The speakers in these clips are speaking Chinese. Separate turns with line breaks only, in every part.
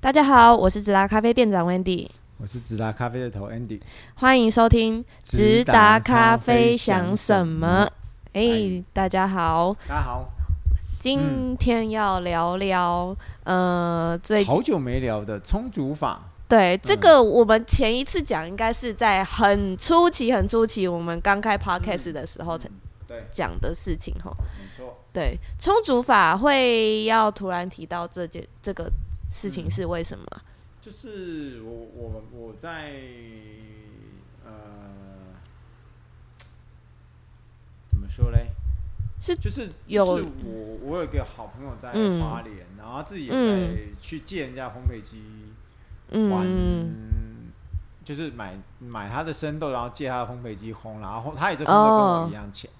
大家好，我是直达咖啡店长 Wendy，
我是直达咖啡的头 Andy。
欢迎收听直达咖啡想什么？哎、
哎
大家好，
大家好，
今天要聊聊、呃，最近
好嗯久没聊的充足法，
对这个我们前一次讲应该是在很初期、很初期，我们刚开 podcast 的时候
嗯
才
对，
讲的事情吼。
没错，
对，充足法会要突然提到这件这个事情是为什么？
就是我我我在呃怎么说嘞？
是
就是
有
就是我我有一个好朋友在
嗯
花莲，然后自己也
嗯
在去借人家烘焙机玩，
嗯，
就是买买他的生豆，然后借他的烘焙机烘，然后他也是烘的跟我一样浅。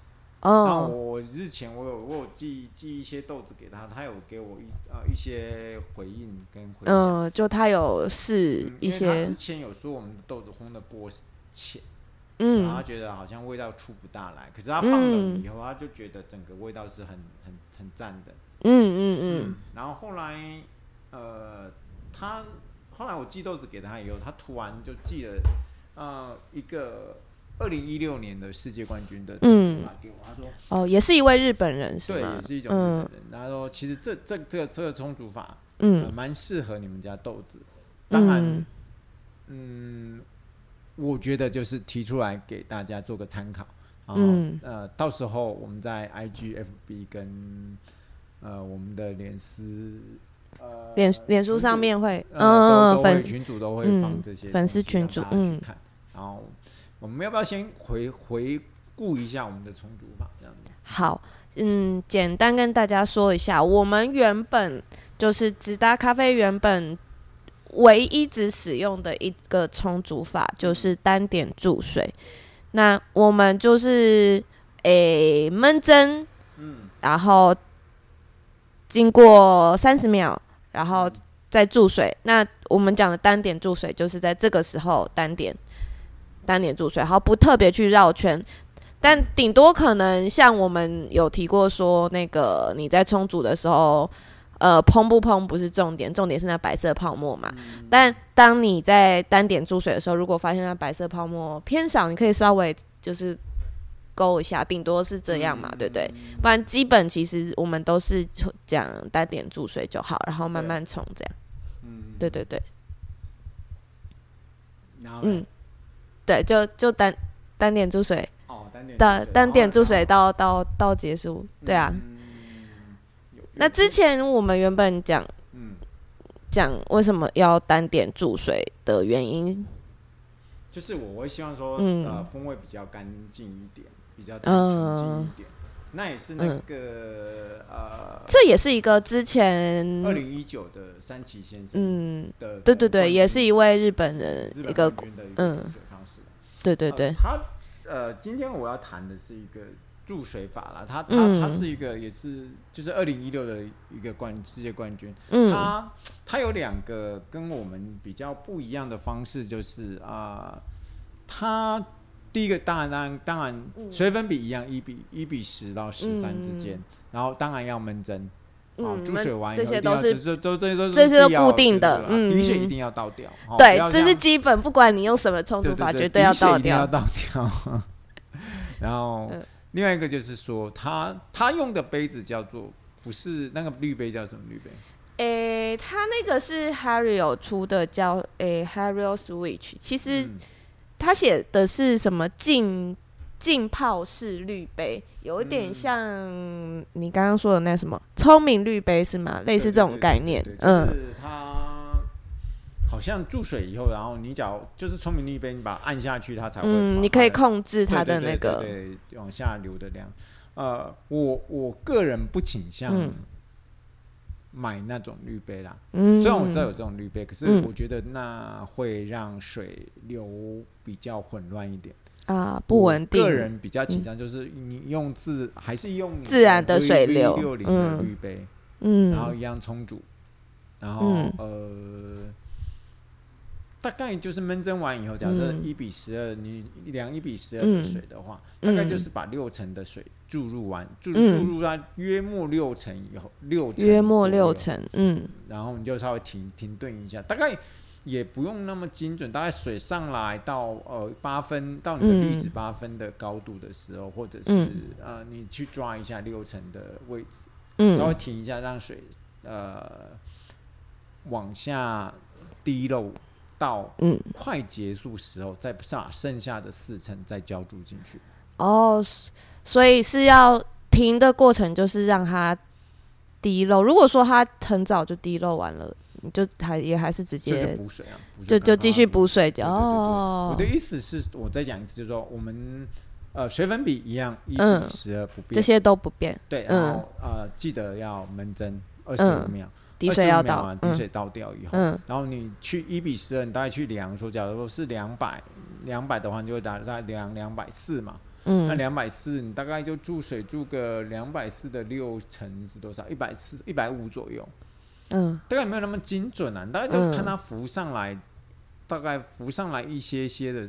然后
哦，
我日前我有我有寄寄一些豆子给他，他有给我一呃一些回应跟回响。
嗯，就他有试
嗯
一
因为
些
他之，前有说我们的豆子烘的波浅，然后
嗯
他觉得好像味道出不大来，可是他放冷
嗯
以后，他就觉得整个味道是很很很赞的。
嗯嗯
然后后来呃，他后来我寄豆子给他以后，他突然就寄了呃一个二零一六年的世界冠军的
嗯
豆子给我，他说。
嗯，哦，也是一位日本人是
对，
吗
也？是一种
嗯
日本人。然后说其实这这这个这个冲煮法，呃
嗯
蛮适合你们家豆子。当然，
嗯
嗯我觉得就是提出来给大家做个参考。然后、
嗯
呃，到时候我们在 IG、FB 跟呃我们的脸丝呃
脸脸
群
书
组
上面会，
呃，
嗯
都都会
粉，
群主都会
嗯
放这些
粉丝
东西
群
让
组
大家去
嗯
看。然后我们要不要先回回顾一下我们的重组法这样子？
好，嗯，简单跟大家说一下，我们原本就是直达咖啡原本唯一只使用的一个冲煮法就是单点注水，那我们就是诶焖蒸，
嗯，
然后经过三十秒，然后再注水。那我们讲的单点注水，就是在这个时候单点单点注水，好不特别去绕圈。但顶多可能像我们有提过说，那个你在冲煮的时候，呃，烹不烹不是重点，重点是那白色泡沫嘛。但当你在单点注水的时候，如果发现那白色泡沫偏少，你可以稍微就是勾一下，顶多是这样嘛，对不对？不然基本其实我们都是讲单点注水就好，然后慢慢冲这样。
嗯，
对对对
然后嘞
嗯，对，就就单单点注水
哦，单点
到单点
哦
注水
到，
到到到结束，对
嗯
啊。那之前我们原本讲
嗯，
讲为什么要单点注水的原因，
就是我会希望说，
嗯
呃，风味比较干净一点，比较
嗯
纯净一点。那也是那个呃，
这也是一个之前
二零一九的三崎先生
嗯，
的，
对对对，也是
一
一位日本人
日
一
本
个
冠军的一
嗯
个注水方式。
对对
呃
对，
他呃，今天我要谈的是一个注水法啦，他他
嗯
他是一个也是就是二零一六的一个冠世界冠军。
嗯
它它有两个跟我们比较不一样的方式，就是啊、它第一个当然当然当然
嗯
水粉比一样一比一比十到十三之间，然后当然要焖蒸。哦，
嗯
注水完以
这
后
些
一定要
都是
这这这都
这些都
必要
固定的
对对
嗯
对的确
嗯
一定要倒掉。哦
对
不要，
这
像
是基本，不管你用什么冲
对
煮
对
法，
对，
绝对要
的确
倒
一定要
掉。
倒掉。 然后、
嗯
另外一个就是说，他他用的杯子叫做不是那个绿杯叫什么绿杯？
诶、它那个是 Hario 出的叫，诶 Hario Switch，其实
嗯
它写的是什么浸浸泡式滤杯，有一点
嗯
像你刚刚说的那什么聪明滤杯是吗？类似这种概念
对，对对
嗯
对就是它好像注水以后，然后你只要就是聪明力杯，你把它按下去，它才会把它的。
嗯，你可以控制
对
它的
对
那
对
个，
对对对往下流的量。呃，我我个人不倾向
嗯
买那种滤杯啦，
嗯，
虽然我知道有这种滤杯，可是
嗯
我觉得那会让水流比较混乱一点，
啊不稳定，嗯
我个人比较倾向就是你用自还是用你
自然的水流
六零的
嗯
滤杯，然后
嗯
一样充足，然后、呃，大概就是闷蒸完以后，假设一比十二，你量一比十二
嗯嗯
的水的话，大概就是把六成的水注入完，注注入到约莫六成以后，六成
约莫
左右
六，成，嗯
然后你就稍微停停顿一下，大概也不用那么精准，大概水上来到呃八分到你的
嗯
粒子八分的高度的时候，或者是、
嗯
呃你去抓一下六成的位置，稍微
嗯
停一下，让水呃往下滴漏到
嗯，
快结束时候，再把剩下的四成再浇注进去。
哦，所以是要停的过程就是让它滴漏。如果说它很早就滴漏完了，你就还也还是直
就是
接
补水啊，补水
就
刚
就
刚
继
好
续补水
对对对
哦
我。的意思是，我再讲一次，就是说我们呃水粉比一样一
嗯
比十二不变，
这些都不变，
对，
嗯
然后、呃记得要闷蒸二十五
嗯
秒，
滴水要
25秒
到
啊，滴
嗯
水倒掉以后，
嗯
然后你去一比十二，你大概去量说，假如说是两百两百的话，你就大概量两百四嘛，那
嗯
两百四你大概就注水注个两百四的六乘是多少？一百四一百五左右。
嗯
大概没有那么精准啊，你大概就是看
嗯
它浮上来，大概浮上来一些些的，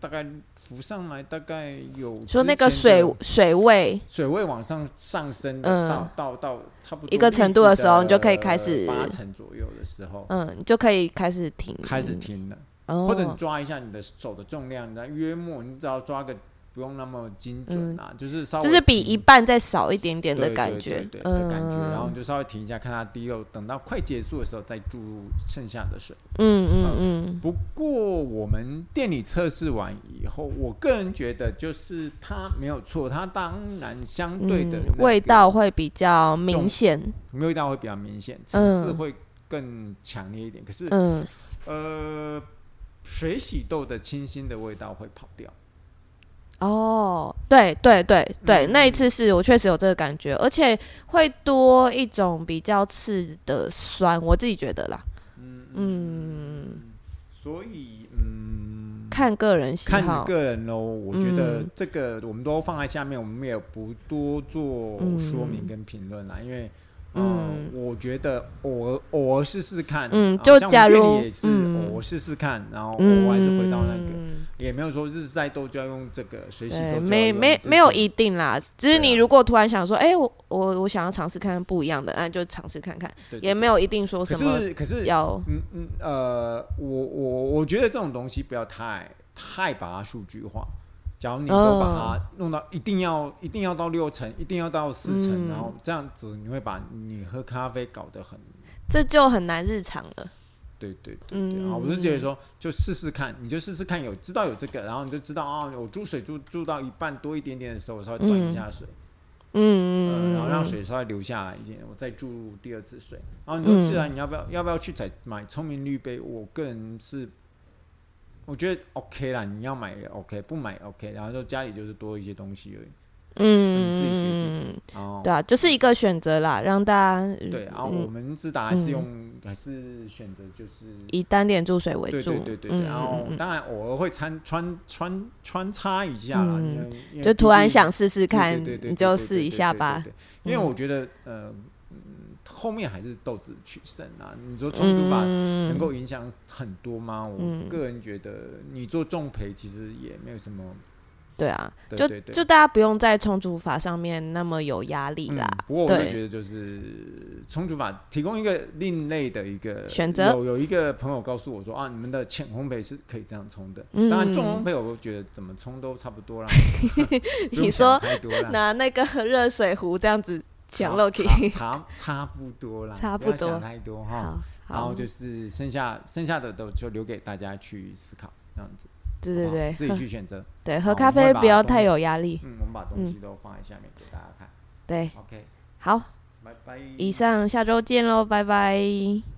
大概浮上来大概有
说那个
之前
水
的
水位，
水位往上上升的，
嗯
到到到差不多
一个程度的时候
一直
你就可以开始
八成左右的时候、
嗯，你就可以开始停，
开始停了，
哦，
或者你抓一下你的手的重量，你约莫你只要抓个不用那么精准啊，就是稍
嗯
微
就是比
停
一半再少一点点的
对
感
对
觉
对，对的感觉，然后
嗯
你就稍微停一下，看它滴漏，等到快结束的时候再注入剩下的水。
嗯嗯嗯
不过我们店里测试完以后，我个人觉得就是它没有错，它当然相对的、
嗯，味道会比较明
重
显，
味道会比较明显，层
嗯
次会更强烈一点。可是、
嗯，
呃，水洗豆的清新的味道会跑掉。
哦，对对对对，
嗯
那一次是我确实有这个感觉，而且会多一种比较刺的酸，我自己觉得啦，
嗯
嗯，
所以嗯，
看个人喜
看
好
你，个人喽。我觉得
嗯
这个我们都放在下面，我们也不多做说明跟评论啦，因为。嗯
嗯，
我觉得偶尔偶尔试试看，
嗯
啊
就
像我们
假
店
如
里也是
嗯
偶尔试试看，然后
嗯，
我还是回到那个，也没有说日晒豆就要用这个，水洗
对，
豆就要
没
用
没
这
没有
种
一定啦，只是
对
你
啊
如果突然想说，哎、我我我想要尝试看看不一样的，那就尝试看看，
对
也没有一定说
可
什么
是可是
要，
嗯嗯呃，我我我觉得这种东西不要太太把它数据化。假如你都把它弄到一定要、一定要到六成，一定要到四成，
嗯
然后这样子你会把你喝咖啡搞得很
这就很难日常了。
对对对对
嗯，
啊！我就觉得说，就试试看，你就试试看有知道有这个，然后你就知道啊，我注水注注到一半多一点点的时候，我稍微断一下水，嗯、
嗯，嗯嗯，
然后让水稍微流下来一点，我再注入第二次水。然后你说，
嗯
既然你要不要要不要去采买聪明绿杯？我个人是，我觉得 OK 啦，你要买也 OK，不买也 OK，然后就家里就是多一些东西而已。
嗯，
你自己决定
嗯，嗯嗯
然后
对啊，就是一个选择啦，让大家嗯
对，然后我们直达还是用、还是选择就是
以单点注水为
对
主，
对对对对，
嗯
然后
嗯嗯
当然偶尔会穿穿穿穿插一下啦，
嗯
因为因为
就
毕
突然
竟
想试试
对对
看，
对对
你
对
就
对
试
对
一
对
下
对
吧
对。对因为
嗯
我觉得呃嗯，后面还是豆子取胜啊，你说冲煮法能
嗯，
够影响很多吗？
嗯
我个人觉得你做重培其实也没有什么，
对啊，
对
就
对对
就大家不用在冲煮法上面那么有压力
嗯
啦。，
不过我会
对
觉得就是冲煮法提供一个另类的一个
选择
有有一个朋友告诉我说啊，你们的浅烘焙是可以这样冲的，
嗯
当然重烘焙我觉得怎么冲都差不多啦。不用
你
想嗯
说
太多啦，
拿那个热水壶这样子抢
差
肉 k
差差不多啦，
差
不要
不多
想太多哈。
好，
然后
好，
就是剩下剩下的都就留给大家去思考，这样子。
对对
好不好
对，
自己
喝
去 选择。
对，
好
喝
我
咖
们
啡
会把
不要
东
太
西
有压力。
嗯，我们把东西都放在下面给大家看。
对，
OK，
好，
拜拜。
以上下周见喽，拜拜。